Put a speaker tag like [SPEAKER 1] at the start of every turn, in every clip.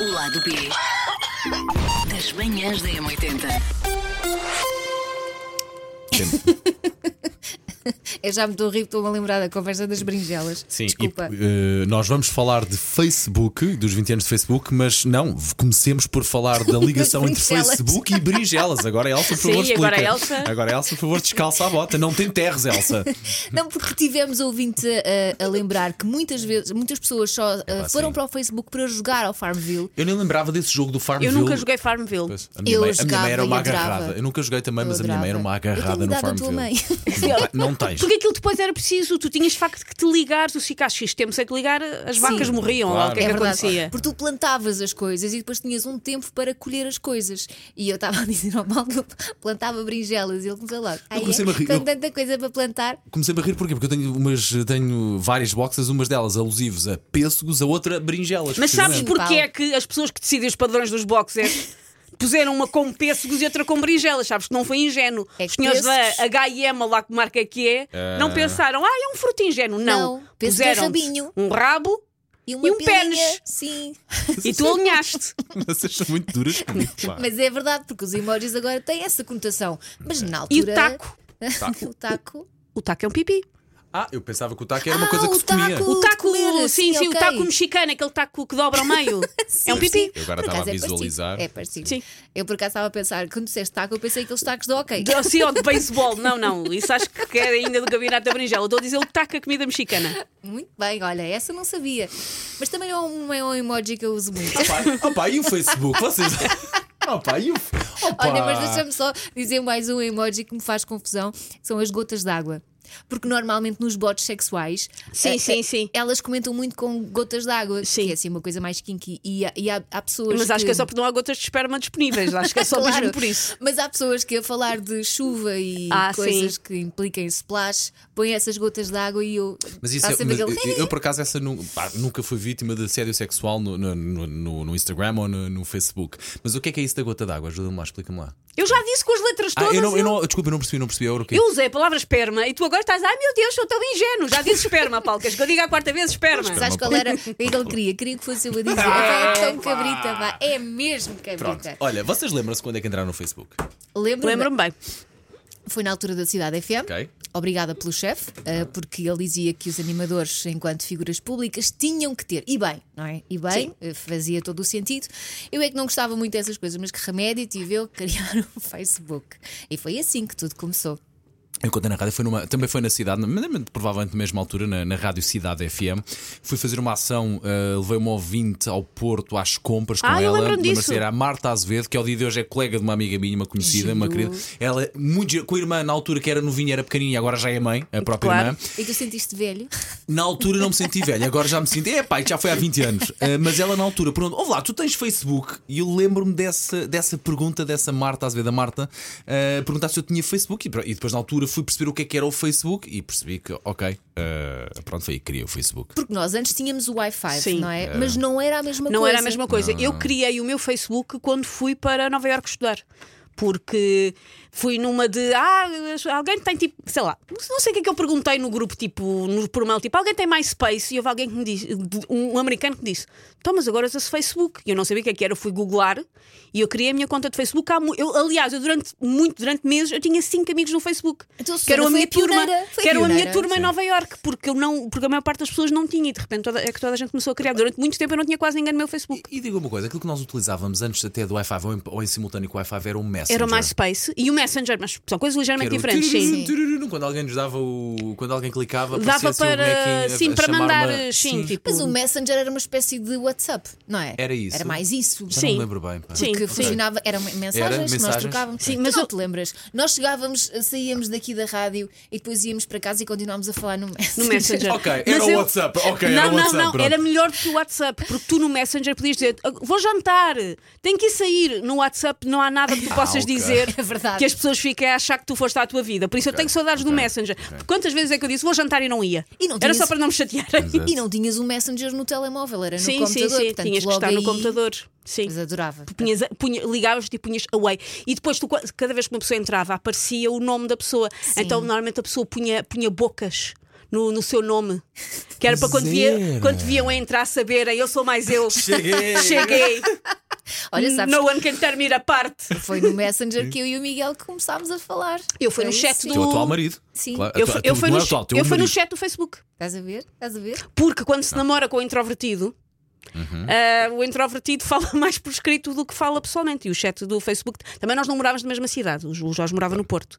[SPEAKER 1] O lado B das manhãs da M80.
[SPEAKER 2] Eu já me estou a rir, estou-me a lembrar da conversa das berinjelas.
[SPEAKER 3] Sim,
[SPEAKER 2] Desculpa.
[SPEAKER 3] e, eh, nós vamos falar de Facebook, dos 20 anos de Facebook, mas não, v- comecemos por falar da ligação entre
[SPEAKER 2] berinjelas.
[SPEAKER 3] Facebook e berinjelas. Agora, Elsa, por
[SPEAKER 4] Sim,
[SPEAKER 3] favor, explica.
[SPEAKER 4] agora, Elsa.
[SPEAKER 3] Agora, Elsa, por favor, descalça a bota. Não tem terres, Elsa.
[SPEAKER 2] Não, porque tivemos ouvinte eh, a, a lembrar que muitas vezes, muitas pessoas só uh,
[SPEAKER 3] Epá,
[SPEAKER 2] foram
[SPEAKER 3] sim.
[SPEAKER 2] para o Facebook para jogar ao Farmville.
[SPEAKER 3] Eu nem lembrava desse jogo do
[SPEAKER 4] Eu
[SPEAKER 3] Farmville.
[SPEAKER 4] nunca joguei Farmville.
[SPEAKER 3] Pois, A minha,
[SPEAKER 2] Eu
[SPEAKER 3] mãe, a minha
[SPEAKER 2] jogava
[SPEAKER 3] mãe era
[SPEAKER 2] e
[SPEAKER 3] uma
[SPEAKER 2] adorava.
[SPEAKER 3] agarrada. Eu nunca joguei também,
[SPEAKER 2] Eu
[SPEAKER 3] mas a minha mãe era uma
[SPEAKER 2] adorava. Eu tenho
[SPEAKER 3] agarrada no
[SPEAKER 2] idade da tua
[SPEAKER 3] Farmville.
[SPEAKER 2] mãe.
[SPEAKER 3] Não, não tens.
[SPEAKER 4] Porque aquilo depois era preciso, tu tinhas de facto que te ligar, tu ficaste X tempo sem te ligar, as vacas morriam, ou
[SPEAKER 3] claro.
[SPEAKER 4] o que é, que
[SPEAKER 2] verdade.
[SPEAKER 4] acontecia?
[SPEAKER 2] Porque tu plantavas as coisas e depois tinhas um tempo para colher as coisas. E eu estava a dizer ao mal que eu plantava berinjelas e ele começou logo. Ai,
[SPEAKER 3] comecei-me a
[SPEAKER 2] é?
[SPEAKER 3] rir,
[SPEAKER 2] Com
[SPEAKER 3] eu-
[SPEAKER 2] tanta coisa para plantar.
[SPEAKER 3] Comecei a rir porquê? Porque eu tenho, umas, tenho várias boxes, umas delas alusivos a pêssegos, a outra a berinjelas.
[SPEAKER 4] Mas sabes
[SPEAKER 3] precisamente.
[SPEAKER 4] porquê
[SPEAKER 2] Paulo.
[SPEAKER 4] é que as pessoas que decidem os padrões dos boxers puseram uma com pêssegos e outra com berinjelas? Sabes que não foi ingênuo.
[SPEAKER 2] É que
[SPEAKER 4] Os senhores
[SPEAKER 2] pêssegos-
[SPEAKER 4] da H&M, lá que marca que é, não pensaram, ah, é um fruto ingênuo. Não,
[SPEAKER 2] Não, pêssego é
[SPEAKER 4] puseram
[SPEAKER 2] rabinho.
[SPEAKER 4] um rabo
[SPEAKER 2] E, uma
[SPEAKER 4] E um
[SPEAKER 2] pilinha.
[SPEAKER 4] pênis.
[SPEAKER 2] Sim.
[SPEAKER 4] e tu alinhaste.
[SPEAKER 3] Vocês são muito duras comigo, pá.
[SPEAKER 2] Mas é verdade, porque os emojis agora têm essa conotação. Mas na altura.
[SPEAKER 4] E o taco?
[SPEAKER 2] o taco.
[SPEAKER 4] O taco é um pipi.
[SPEAKER 3] Ah, eu pensava que o taco era uma
[SPEAKER 2] Ah,
[SPEAKER 3] coisa que
[SPEAKER 2] o
[SPEAKER 3] se comia.
[SPEAKER 2] taco.
[SPEAKER 4] O
[SPEAKER 2] de
[SPEAKER 4] taco,
[SPEAKER 2] colher,
[SPEAKER 4] sim,
[SPEAKER 2] sim, ok.
[SPEAKER 4] sim, o taco mexicano, aquele taco que dobra ao meio. é um pipi.
[SPEAKER 3] Eu agora estava
[SPEAKER 2] Por acaso
[SPEAKER 3] a
[SPEAKER 2] é parecido.
[SPEAKER 3] visualizar.
[SPEAKER 2] É parecido.
[SPEAKER 4] Sim.
[SPEAKER 2] Eu por acaso estava a pensar, quando disseste taco, eu pensei aqueles tacos do ok.
[SPEAKER 4] De- Sim, ou de beisebol. Não, não. Isso acho que é ainda do Gabinete da Berinjela. Estou a dizer o taco a comida mexicana.
[SPEAKER 2] Muito bem, olha, essa eu não sabia. Mas também não é um, não é um emoji que eu uso muito.
[SPEAKER 3] Opa, opa, e o Facebook? Vocês. Opa, e o. Opa.
[SPEAKER 2] Olha, mas deixa-me só dizer mais um emoji que me faz confusão: são as gotas d'água. Porque normalmente nos bots sexuais
[SPEAKER 4] Sim,
[SPEAKER 2] eh,
[SPEAKER 4] sim,
[SPEAKER 2] eh,
[SPEAKER 4] sim.
[SPEAKER 2] elas comentam muito com gotas d'água,
[SPEAKER 4] Sim.
[SPEAKER 2] que é assim uma coisa mais kinky. E, há- e há, há pessoas.
[SPEAKER 4] Mas acho que é só porque não há gotas de esperma disponíveis. Acho que é só mesmo por isso.
[SPEAKER 2] Mas há pessoas que a falar de chuva e
[SPEAKER 4] Ah,
[SPEAKER 2] coisas
[SPEAKER 4] sim.
[SPEAKER 2] que impliquem splash, põem essas gotas de água e eu.
[SPEAKER 3] Mas isso
[SPEAKER 2] há
[SPEAKER 3] é,
[SPEAKER 2] sempre
[SPEAKER 3] mas eu,
[SPEAKER 2] aquele-
[SPEAKER 3] eu, por acaso essa nu- pá, nunca fui vítima de assédio sexual no, no, no- no- no Instagram ou no, no Facebook. Mas o que é que é isso da gota d'água? Ajuda-me lá, explica-me lá.
[SPEAKER 4] Eu já disse com as letras
[SPEAKER 3] Ah,
[SPEAKER 4] todas.
[SPEAKER 3] eu não, eu
[SPEAKER 4] eu-
[SPEAKER 3] não, desculpa, eu não percebi, não percebi. Eu, era o quê?
[SPEAKER 4] eu usei a palavra esperma e tu agora estás, ai meu Deus, sou tão ingênuo. Já disse esperma, Paulo. Queres que eu diga a quarta vez esperma?
[SPEAKER 2] Sabes qual era? O que é que ele queria? Queria que fosse eu a dizer. "Ah, é tão cabrita, vá. É mesmo
[SPEAKER 3] Pronto.
[SPEAKER 2] cabrita.
[SPEAKER 3] Olha, vocês lembram-se quando é que entraram no Facebook?
[SPEAKER 2] Lembro-me.
[SPEAKER 4] Lembro-me bem.
[SPEAKER 2] Foi na altura da Cidade FM.
[SPEAKER 3] Ok.
[SPEAKER 2] Obrigada pelo chefe, eh, porque ele dizia que os animadores, enquanto figuras públicas, tinham que ter. E bem, não é? E bem,
[SPEAKER 4] Sim.
[SPEAKER 2] eh, fazia todo o sentido. Eu é que não gostava muito dessas coisas, mas que remédio tive eu que criar o Facebook. E foi assim que tudo começou.
[SPEAKER 3] Eu contei na rádio, foi numa- também foi na cidade, mas provavelmente na mesma altura, na, na Rádio Cidade FM. Fui fazer uma ação, eh, levei uma ouvinte ao Porto às compras com
[SPEAKER 4] Ah, eu
[SPEAKER 3] ela.
[SPEAKER 4] lembro-me
[SPEAKER 3] Lembra-se,
[SPEAKER 4] disso.
[SPEAKER 3] Era a Marta Azevedo, que ao dia de hoje é colega de uma amiga minha, uma conhecida, uma
[SPEAKER 2] Giro.
[SPEAKER 3] querida. Ela, é muito gira, com a irmã, na altura que era novinha, era pequenininha, agora já é mãe, a própria
[SPEAKER 4] Claro.
[SPEAKER 3] irmã.
[SPEAKER 2] E tu sentiste velho?
[SPEAKER 3] Na altura não me senti velho, agora já me sinto. É pá, isto já foi há 20 anos. Ah, mas ela na altura, pronto, ouve lá, tu tens Facebook? E eu lembro-me dessa, dessa pergunta dessa Marta, às vezes da Marta, ah, perguntar se eu tinha Facebook. E, pro- e depois na altura fui perceber o que é que era o Facebook e percebi que, ok, ah, pronto, foi aí que criei o Facebook.
[SPEAKER 2] Porque nós antes tínhamos o Wi-Fi,
[SPEAKER 4] Sim.
[SPEAKER 2] não é? Mas não era a mesma
[SPEAKER 4] Não é.
[SPEAKER 2] coisa.
[SPEAKER 4] era a mesma coisa. Eu criei o meu Facebook quando fui para Nova Iorque estudar. Porque fui numa de. Ah, alguém tem tipo. Sei lá. Não sei o que é que eu perguntei no grupo, tipo. No, por mail, tipo. Alguém tem MySpace? E houve alguém que me disse. de- Um americano que me disse. Então, mas agora usa-se Facebook. E eu não sabia o que é que era. Eu fui googlar e eu criei a minha conta de Facebook. Há mu- eu, aliás, eu durante muito, durante meses, eu tinha cinco amigos no Facebook.
[SPEAKER 2] Então, a
[SPEAKER 4] que eram a
[SPEAKER 2] Susana
[SPEAKER 4] minha
[SPEAKER 2] foi a
[SPEAKER 4] turma.
[SPEAKER 2] pioneira, foi
[SPEAKER 4] Que eram a minha
[SPEAKER 2] pioneira.
[SPEAKER 4] turma em Nova Iorque, porque eu não, porque a maior parte das pessoas não tinha e de repente toda- é que toda a gente começou a criar. Durante muito tempo eu não tinha quase ninguém no meu Facebook.
[SPEAKER 3] E diga uma coisa, aquilo que nós utilizávamos antes até do Wi-Fi ou em, ou em simultâneo com o Wi-Fi era o Messenger.
[SPEAKER 4] Era o MySpace e o Messenger, mas são coisas
[SPEAKER 3] Que
[SPEAKER 4] ligeiramente
[SPEAKER 3] era o
[SPEAKER 4] diferentes, sim.
[SPEAKER 3] turururu, Quando alguém nos dava o. Quando alguém clicava,
[SPEAKER 4] Dava
[SPEAKER 3] aparecia assim o
[SPEAKER 4] para-
[SPEAKER 3] bonequinho a-
[SPEAKER 4] sim,
[SPEAKER 3] a
[SPEAKER 4] para
[SPEAKER 3] chamar
[SPEAKER 4] mandar,
[SPEAKER 3] uma-
[SPEAKER 4] sim, tipo-
[SPEAKER 2] Mas o Messenger era uma espécie de WhatsApp, não é?
[SPEAKER 3] Era isso.
[SPEAKER 2] Era mais isso.
[SPEAKER 3] Já
[SPEAKER 4] Sim.
[SPEAKER 3] não me lembro bem. pá.
[SPEAKER 4] Sim.
[SPEAKER 2] que
[SPEAKER 4] Ok.
[SPEAKER 2] funcionava, eram mensagens, que nós
[SPEAKER 3] mensagens.
[SPEAKER 2] trocávamos.
[SPEAKER 4] Sim,
[SPEAKER 2] Tu
[SPEAKER 4] mas
[SPEAKER 2] não
[SPEAKER 4] eu-
[SPEAKER 2] te lembras? Nós chegávamos, saíamos daqui da rádio e depois íamos para casa e continuámos a falar no Messenger.
[SPEAKER 4] No Messenger.
[SPEAKER 3] Ok, era
[SPEAKER 4] Mas
[SPEAKER 3] o WhatsApp, ok,
[SPEAKER 4] não,
[SPEAKER 3] era o
[SPEAKER 4] não,
[SPEAKER 3] WhatsApp,
[SPEAKER 4] Não,
[SPEAKER 3] pronto.
[SPEAKER 4] era melhor do que o WhatsApp, porque tu no Messenger podias dizer "Ah, vou jantar, tenho que ir sair. No WhatsApp não há nada que tu possas
[SPEAKER 3] ok.
[SPEAKER 4] dizer
[SPEAKER 2] É verdade.
[SPEAKER 4] que as pessoas fiquem a achar que tu foste à tua vida. Por isso eu tenho saudades do Messenger. Quantas vezes é que eu disse vou jantar e não ia?
[SPEAKER 2] E não
[SPEAKER 4] era
[SPEAKER 2] tinhas-
[SPEAKER 4] só para não me chatearem.
[SPEAKER 2] E não tinhas o Messenger no telemóvel, era no
[SPEAKER 4] Sim, sim,
[SPEAKER 2] computador.
[SPEAKER 4] sim.
[SPEAKER 2] portanto,
[SPEAKER 4] Tinhas que
[SPEAKER 2] logo
[SPEAKER 4] estar no
[SPEAKER 2] aí-
[SPEAKER 4] computador. Sim.
[SPEAKER 2] Mas adorava.
[SPEAKER 4] Punhas, punha- ligavas e punhas away. E depois, tu, cada vez que uma pessoa entrava, aparecia o nome da pessoa. Então, normalmente a pessoa punha, punha bocas. no, no seu nome. Que era para quando, via,
[SPEAKER 3] Zera.
[SPEAKER 4] quando te viam a entrar saberem, eu sou mais eu.
[SPEAKER 3] Cheguei.
[SPEAKER 4] Cheguei.
[SPEAKER 2] Olha, sabes,
[SPEAKER 4] No one can tear me apart.
[SPEAKER 2] foi no Messenger que eu e o Miguel começámos a falar.
[SPEAKER 4] Eu
[SPEAKER 2] Foi
[SPEAKER 4] fui no chat
[SPEAKER 2] assim.
[SPEAKER 4] do-
[SPEAKER 3] Teu é atual marido.
[SPEAKER 2] Sim.
[SPEAKER 3] Claro,
[SPEAKER 4] Eu,
[SPEAKER 3] atu-
[SPEAKER 4] fui-
[SPEAKER 3] atu-
[SPEAKER 4] eu fui
[SPEAKER 3] não
[SPEAKER 4] no,
[SPEAKER 3] é atual, teu
[SPEAKER 4] eu fui no
[SPEAKER 3] marido.
[SPEAKER 4] chat do Facebook.
[SPEAKER 2] Estás a ver? Estás a ver?
[SPEAKER 4] Porque quando
[SPEAKER 3] Ah.
[SPEAKER 4] se namora com o introvertido,
[SPEAKER 3] Uhum.
[SPEAKER 4] ah, o introvertido fala mais por escrito do que fala pessoalmente. E o chat do Facebook. Também nós não morávamos na mesma cidade. O Jo- o Jorge morava no Porto.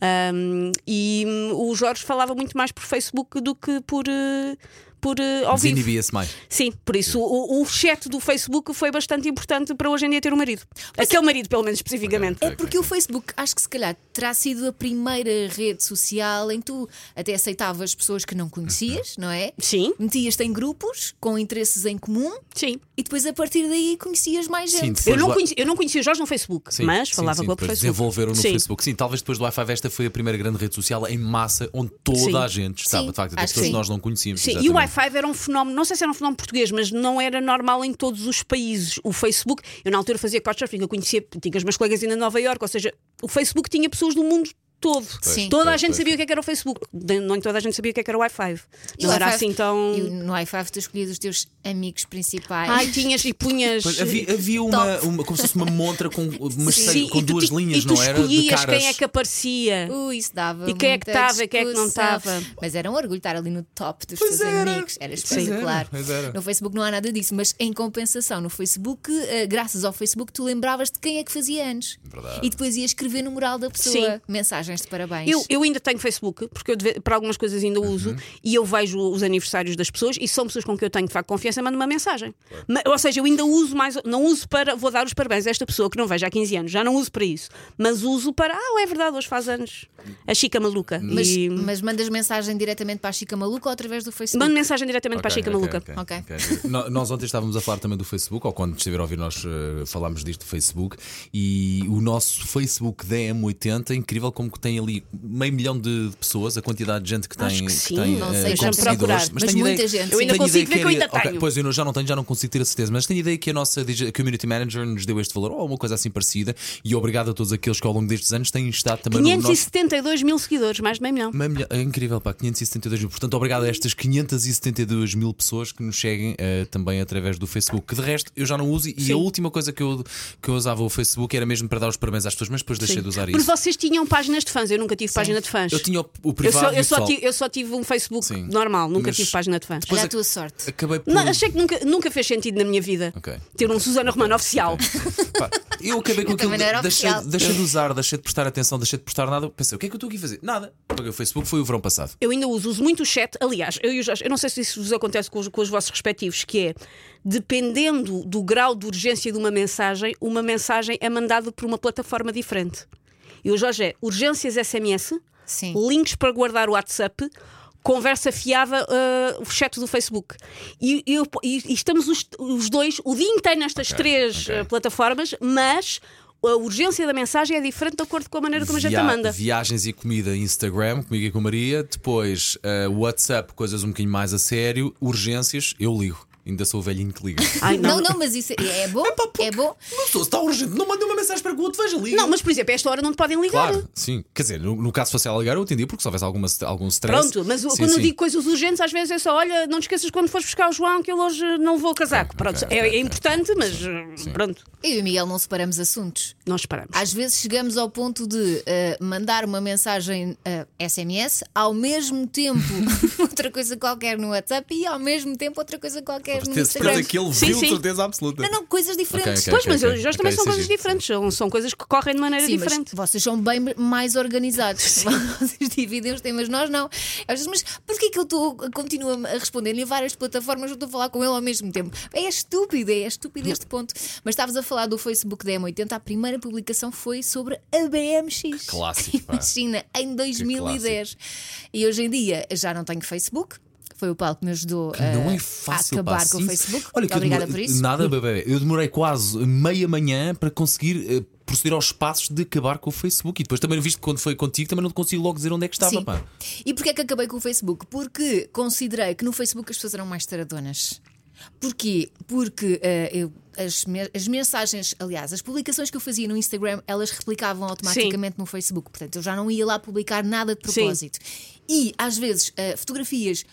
[SPEAKER 4] Ahm, e hum, o Jorge falava muito mais por Facebook do que por. eh, por eh, ao vivo.
[SPEAKER 3] Desinibia-se mais.
[SPEAKER 4] Sim, por isso o, o chat do Facebook foi bastante importante para hoje em dia ter um marido. Aquele marido, pelo menos especificamente.
[SPEAKER 2] É porque o Facebook, acho que se calhar terá sido a primeira rede social em que tu até aceitavas pessoas que não conhecias, não é?
[SPEAKER 4] Sim,
[SPEAKER 2] Metias-te em grupos com interesses em comum
[SPEAKER 4] sim.
[SPEAKER 2] e depois a partir daí conhecias mais
[SPEAKER 3] Sim,
[SPEAKER 2] gente.
[SPEAKER 3] de-
[SPEAKER 4] Eu
[SPEAKER 3] Depois
[SPEAKER 4] não,
[SPEAKER 3] lá-
[SPEAKER 4] conheci, eu não conhecia o Jorge no Facebook,
[SPEAKER 3] Sim,
[SPEAKER 4] mas
[SPEAKER 3] sim,
[SPEAKER 4] falava
[SPEAKER 3] sim,
[SPEAKER 4] com ele por
[SPEAKER 3] depois
[SPEAKER 4] Facebook.
[SPEAKER 3] Desenvolveram no
[SPEAKER 4] Sim.
[SPEAKER 3] Facebook. Sim, talvez depois do Wi-Fi esta foi a primeira grande rede social em massa onde toda
[SPEAKER 4] Sim.
[SPEAKER 3] a gente estava.
[SPEAKER 2] Sim,
[SPEAKER 3] De facto, até
[SPEAKER 2] acho que
[SPEAKER 3] pessoas
[SPEAKER 2] sim.
[SPEAKER 3] que nós não conhecíamos.
[SPEAKER 4] Sim, e o
[SPEAKER 3] exatamente.
[SPEAKER 4] Wi-Fi era um fenómeno, não sei se era um fenómeno português, mas não era normal em todos os países. O Facebook, eu na altura fazia couchsurfing, eu conhecia, tinha os meus colegas ainda em Nova Iorque, ou seja, o Facebook tinha pessoas do mundo todo.
[SPEAKER 2] Sim.
[SPEAKER 4] Toda a
[SPEAKER 3] pois,
[SPEAKER 4] gente
[SPEAKER 3] pois.
[SPEAKER 4] sabia o que é que era o Facebook, De- não toda a gente sabia o que é que era o Wi-Fi.
[SPEAKER 2] E o
[SPEAKER 4] Não era
[SPEAKER 2] Wi-Fi-
[SPEAKER 4] assim tão...
[SPEAKER 2] E o- no Wi-Fi tu escolhias os teus amigos principais.
[SPEAKER 4] Ai, tinhas e punhas...
[SPEAKER 3] Pois, havia, havia uma, uma- como se fosse uma montra com, umas
[SPEAKER 4] Sim,
[SPEAKER 3] seis- com
[SPEAKER 4] e tu
[SPEAKER 3] duas
[SPEAKER 4] ti-
[SPEAKER 3] linhas,
[SPEAKER 4] e tu
[SPEAKER 3] não era? De
[SPEAKER 4] escolhias
[SPEAKER 3] caras.
[SPEAKER 4] quem é que aparecia.
[SPEAKER 2] Ui, isso dava.
[SPEAKER 4] E quem é que
[SPEAKER 2] muita
[SPEAKER 4] estava e quem é que não
[SPEAKER 2] discussão.
[SPEAKER 4] estava?
[SPEAKER 2] Mas era um orgulho estar ali no top dos
[SPEAKER 3] Pois
[SPEAKER 2] teus
[SPEAKER 3] era.
[SPEAKER 2] amigos. Era espetacular.
[SPEAKER 3] era, pois era.
[SPEAKER 2] No Facebook não há nada disso, mas em compensação, no Facebook, eh, graças ao Facebook, tu lembravas de quem é que fazia anos.
[SPEAKER 3] Verdade.
[SPEAKER 2] E depois ia escrever no mural da pessoa
[SPEAKER 4] Sim.
[SPEAKER 2] mensagens de parabéns.
[SPEAKER 4] Eu, eu ainda tenho Facebook, porque eu deve- para algumas coisas ainda
[SPEAKER 3] Uhum.
[SPEAKER 4] uso e eu vejo os aniversários das pessoas e são pessoas com quem eu tenho de facto confiança, mando uma mensagem. Ma- ou seja, eu ainda uso mais, não uso para, vou dar os parabéns a esta pessoa que não vejo há 15 anos, já não uso para isso, mas uso para, ah, é verdade, hoje faz anos, a Chica Maluca.
[SPEAKER 2] Mas,
[SPEAKER 4] e
[SPEAKER 2] mas mandas mensagem diretamente para a Chica Maluca ou através do Facebook?
[SPEAKER 4] mando mensagem diretamente para a
[SPEAKER 3] Ok,
[SPEAKER 4] Chica
[SPEAKER 3] ok,
[SPEAKER 4] Maluca.
[SPEAKER 2] Ok.
[SPEAKER 3] ok. No- nós ontem estávamos a falar também do Facebook, ou quando estiver a ouvir, nós eh, falámos disto do Facebook. E o nosso Facebook DM80 é incrível como que tem ali meio milhão de pessoas, a quantidade de gente que tem.
[SPEAKER 4] Acho que sim,
[SPEAKER 3] tem,
[SPEAKER 4] não
[SPEAKER 3] eh, como
[SPEAKER 2] sei, já me
[SPEAKER 3] seguidores.
[SPEAKER 4] procurar,
[SPEAKER 2] mas
[SPEAKER 3] tenho
[SPEAKER 2] muita
[SPEAKER 3] ideia-
[SPEAKER 2] gente, Eu ainda
[SPEAKER 3] tenho
[SPEAKER 4] consigo
[SPEAKER 3] ideia
[SPEAKER 4] ver que eu
[SPEAKER 3] era-
[SPEAKER 4] ainda
[SPEAKER 3] ok,
[SPEAKER 4] tenho.
[SPEAKER 3] Pois eu não- já não tenho, já não consigo ter a certeza, mas tenho ideia que a nossa digi- community manager nos deu este valor, ou uma coisa assim parecida. E obrigado a todos aqueles que ao longo destes anos têm estado também no nosso
[SPEAKER 4] 572 mil seguidores, mais de meio milhão.
[SPEAKER 3] uma milha- É incrível, pá, 572 mil. Portanto, obrigado a estas 572 mil pessoas que nos seguem eh, também através do Facebook. Que de resto eu já não uso e a última coisa que eu, que eu usava o Facebook era mesmo para dar os parabéns às pessoas, mas é depois deixei de usar
[SPEAKER 4] Porque
[SPEAKER 3] isso.
[SPEAKER 4] vocês tinham páginas de fãs, eu nunca tive página de fãs.
[SPEAKER 3] Eu tinha o, o
[SPEAKER 4] Eu
[SPEAKER 3] privado.
[SPEAKER 4] só,
[SPEAKER 3] e
[SPEAKER 4] eu
[SPEAKER 3] o
[SPEAKER 4] só
[SPEAKER 3] pessoal.
[SPEAKER 4] tive, eu só tive um Facebook
[SPEAKER 3] Sim.
[SPEAKER 4] normal, nunca
[SPEAKER 3] Mas
[SPEAKER 4] tive página de fãs.
[SPEAKER 3] depois
[SPEAKER 2] Olha a
[SPEAKER 3] ac-
[SPEAKER 2] tua sorte.
[SPEAKER 3] Acabei por.
[SPEAKER 4] Não, achei que nunca, nunca fez sentido na minha vida
[SPEAKER 3] Ok.
[SPEAKER 4] ter um Susana Romano oficial.
[SPEAKER 3] Pá, eu acabei com
[SPEAKER 2] Eu
[SPEAKER 3] aquilo.
[SPEAKER 2] também não era
[SPEAKER 3] deixei,
[SPEAKER 2] oficial.
[SPEAKER 3] deixei de usar, deixei de prestar atenção, deixei de prestar nada. Pensei, o que é que eu estou aqui a fazer? Nada. Porque o Facebook foi o verão passado.
[SPEAKER 4] Eu ainda uso, uso muito o chat. Aliás, eu, e o Jorge, eu não sei se isso vos acontece com os, com os vossos respectivos, que é dependendo do grau de urgência de uma mensagem, uma mensagem é mandada por uma plataforma diferente. E o Jorge é urgências SMS,
[SPEAKER 2] Sim.
[SPEAKER 4] links para guardar o WhatsApp. Conversa fiada, ah, o chat do Facebook. E, eu- e- e estamos os, os dois o dia inteiro nestas
[SPEAKER 3] Ok,
[SPEAKER 4] três
[SPEAKER 3] ok.
[SPEAKER 4] ah, plataformas, mas a urgência da mensagem é diferente de acordo com a maneira como a gente a
[SPEAKER 3] Via-
[SPEAKER 4] manda.
[SPEAKER 3] Viagens e comida, Instagram, comigo e com a Maria. Depois, eh, WhatsApp, coisas um bocadinho mais a sério. Urgências, eu ligo. Ainda sou o velhinho que liga.
[SPEAKER 4] Ai,
[SPEAKER 2] Não, não, mas isso é é bom. É bom.
[SPEAKER 3] Não sou, se está urgente, não manda uma mensagem para que o outro veja, liga.
[SPEAKER 4] Não, mas por exemplo, a esta hora não te podem ligar.
[SPEAKER 3] Claro, sim. Quer dizer, no, no caso fosse ela ligar, eu atendia porque se houvesse alguma, algum stress.
[SPEAKER 4] Pronto, mas o-
[SPEAKER 3] Sim,
[SPEAKER 4] quando eu
[SPEAKER 3] sim.
[SPEAKER 4] digo coisas urgentes, às vezes é só: olha, não te esqueças quando fores buscar o João que ele hoje não levou o casaco. Pronto,
[SPEAKER 3] ok,
[SPEAKER 4] é,
[SPEAKER 3] ok,
[SPEAKER 4] é
[SPEAKER 3] ok.
[SPEAKER 4] importante, mas eh, pronto,
[SPEAKER 2] Eu e o Miguel não separamos assuntos.
[SPEAKER 4] nós paramos.
[SPEAKER 2] Às vezes chegamos ao ponto de eh, mandar uma mensagem eh, SMS, ao mesmo tempo outra coisa qualquer no WhatsApp e ao mesmo tempo outra coisa qualquer no
[SPEAKER 3] Tenho certeza
[SPEAKER 2] Instagram.
[SPEAKER 3] que ele
[SPEAKER 4] é Sim,
[SPEAKER 3] viu,
[SPEAKER 4] sim.
[SPEAKER 3] certeza absoluta.
[SPEAKER 2] Não, não, coisas diferentes.
[SPEAKER 3] Ok, ok.
[SPEAKER 4] Pois, mas os
[SPEAKER 3] ok,
[SPEAKER 4] Jorge também
[SPEAKER 3] ok,
[SPEAKER 4] são
[SPEAKER 3] sim,
[SPEAKER 4] coisas
[SPEAKER 3] sim.
[SPEAKER 4] diferentes, são, são coisas que correm de maneira
[SPEAKER 2] Sim, mas
[SPEAKER 4] diferente.
[SPEAKER 2] vocês são bem mais organizados. Vocês dividem os temas, nós não. Às vezes, mas porquê que eu estou, continuo a responder em várias plataformas, eu estou a falar com ele ao mesmo tempo? É estúpido, é estúpido este ponto. Mas estavas a falar do Facebook da M80, a primeira publicação foi sobre a BMX.
[SPEAKER 3] Clássico, pá.
[SPEAKER 2] Imagina, em 2010. E hoje em dia já não tenho Facebook. Foi o Paulo que me ajudou a,
[SPEAKER 3] Não
[SPEAKER 2] a
[SPEAKER 3] é fácil
[SPEAKER 2] Ah, acabar
[SPEAKER 3] pá,
[SPEAKER 2] com
[SPEAKER 3] sim.
[SPEAKER 2] o Facebook.
[SPEAKER 3] Olha que eu
[SPEAKER 2] Obrigada por
[SPEAKER 3] demorei-
[SPEAKER 2] isso.
[SPEAKER 3] Nada, bebê. Eu demorei quase meia manhã para conseguir eh, proceder aos passos de acabar com o Facebook. E depois também visto que quando foi contigo, também não te consigo logo dizer onde é que estava,
[SPEAKER 2] Sim.
[SPEAKER 3] pá.
[SPEAKER 2] E porquê é que acabei com o Facebook? Porque considerei que no Facebook as pessoas eram mais taradonas. Porquê? Porque eh, eu- as, me- as mensagens, aliás, as publicações que eu fazia no Instagram, elas replicavam automaticamente no Facebook. Portanto, eu já não ia lá publicar nada de propósito. E às vezes ah, fotografias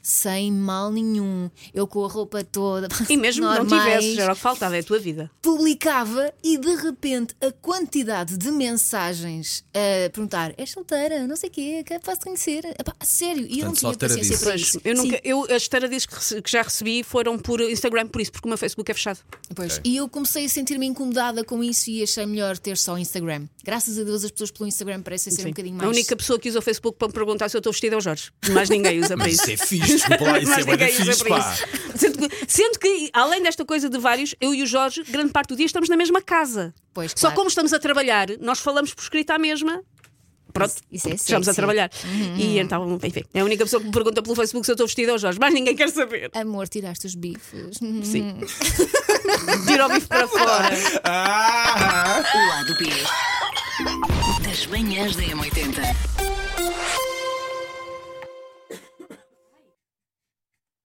[SPEAKER 2] sem mal nenhum, eu com a roupa toda.
[SPEAKER 4] E mesmo que não
[SPEAKER 2] normais,
[SPEAKER 4] tivesses, era o que faltava, é a tua vida.
[SPEAKER 2] publicava e de repente a quantidade de mensagens a perguntar é solteira, não sei o quê, que posso conhecer. Epá, a sério, e eu não
[SPEAKER 3] Portanto,
[SPEAKER 2] tinha
[SPEAKER 3] solteira
[SPEAKER 2] paciência
[SPEAKER 3] disse.
[SPEAKER 2] para
[SPEAKER 3] Pois,
[SPEAKER 2] isso.
[SPEAKER 4] Eu nunca,
[SPEAKER 2] Sim,
[SPEAKER 4] eu, as taradias que, rece- que já recebi foram por Instagram, por isso, porque o meu Facebook é fechado.
[SPEAKER 2] pois. E eu comecei a sentir-me incomodada com isso e achei melhor ter só Instagram. Graças a Deus as pessoas pelo Instagram parecem ser um bocadinho mais.
[SPEAKER 4] A única pessoa que usa o Facebook para me perguntar se eu estou vestida é o Jorge. Mais ninguém usa para
[SPEAKER 3] Mas
[SPEAKER 4] isso.
[SPEAKER 3] isso é fixe, desculpa lá, isso é
[SPEAKER 4] Mas
[SPEAKER 3] bué da
[SPEAKER 4] ninguém usa
[SPEAKER 3] fixe,
[SPEAKER 4] para
[SPEAKER 3] pá.
[SPEAKER 4] isso. Sendo que, sendo que, além desta coisa de vários, eu e o Jorge, grande parte do dia, estamos na mesma casa.
[SPEAKER 2] Pois,
[SPEAKER 4] Só
[SPEAKER 2] claro.
[SPEAKER 4] como estamos a trabalhar, nós falamos por escrita à mesma. Pronto,
[SPEAKER 2] Isso- isso é
[SPEAKER 4] estamos a
[SPEAKER 2] sexy.
[SPEAKER 4] trabalhar. E então, enfim, é a única pessoa que me pergunta pelo Facebook se eu estou vestida é o Jorge. Mas ninguém quer saber.
[SPEAKER 2] Amor, tiraste os bifes.
[SPEAKER 4] Sim. Tira o bife para fora.
[SPEAKER 3] Ah!
[SPEAKER 1] O lado B das manhãs da M80.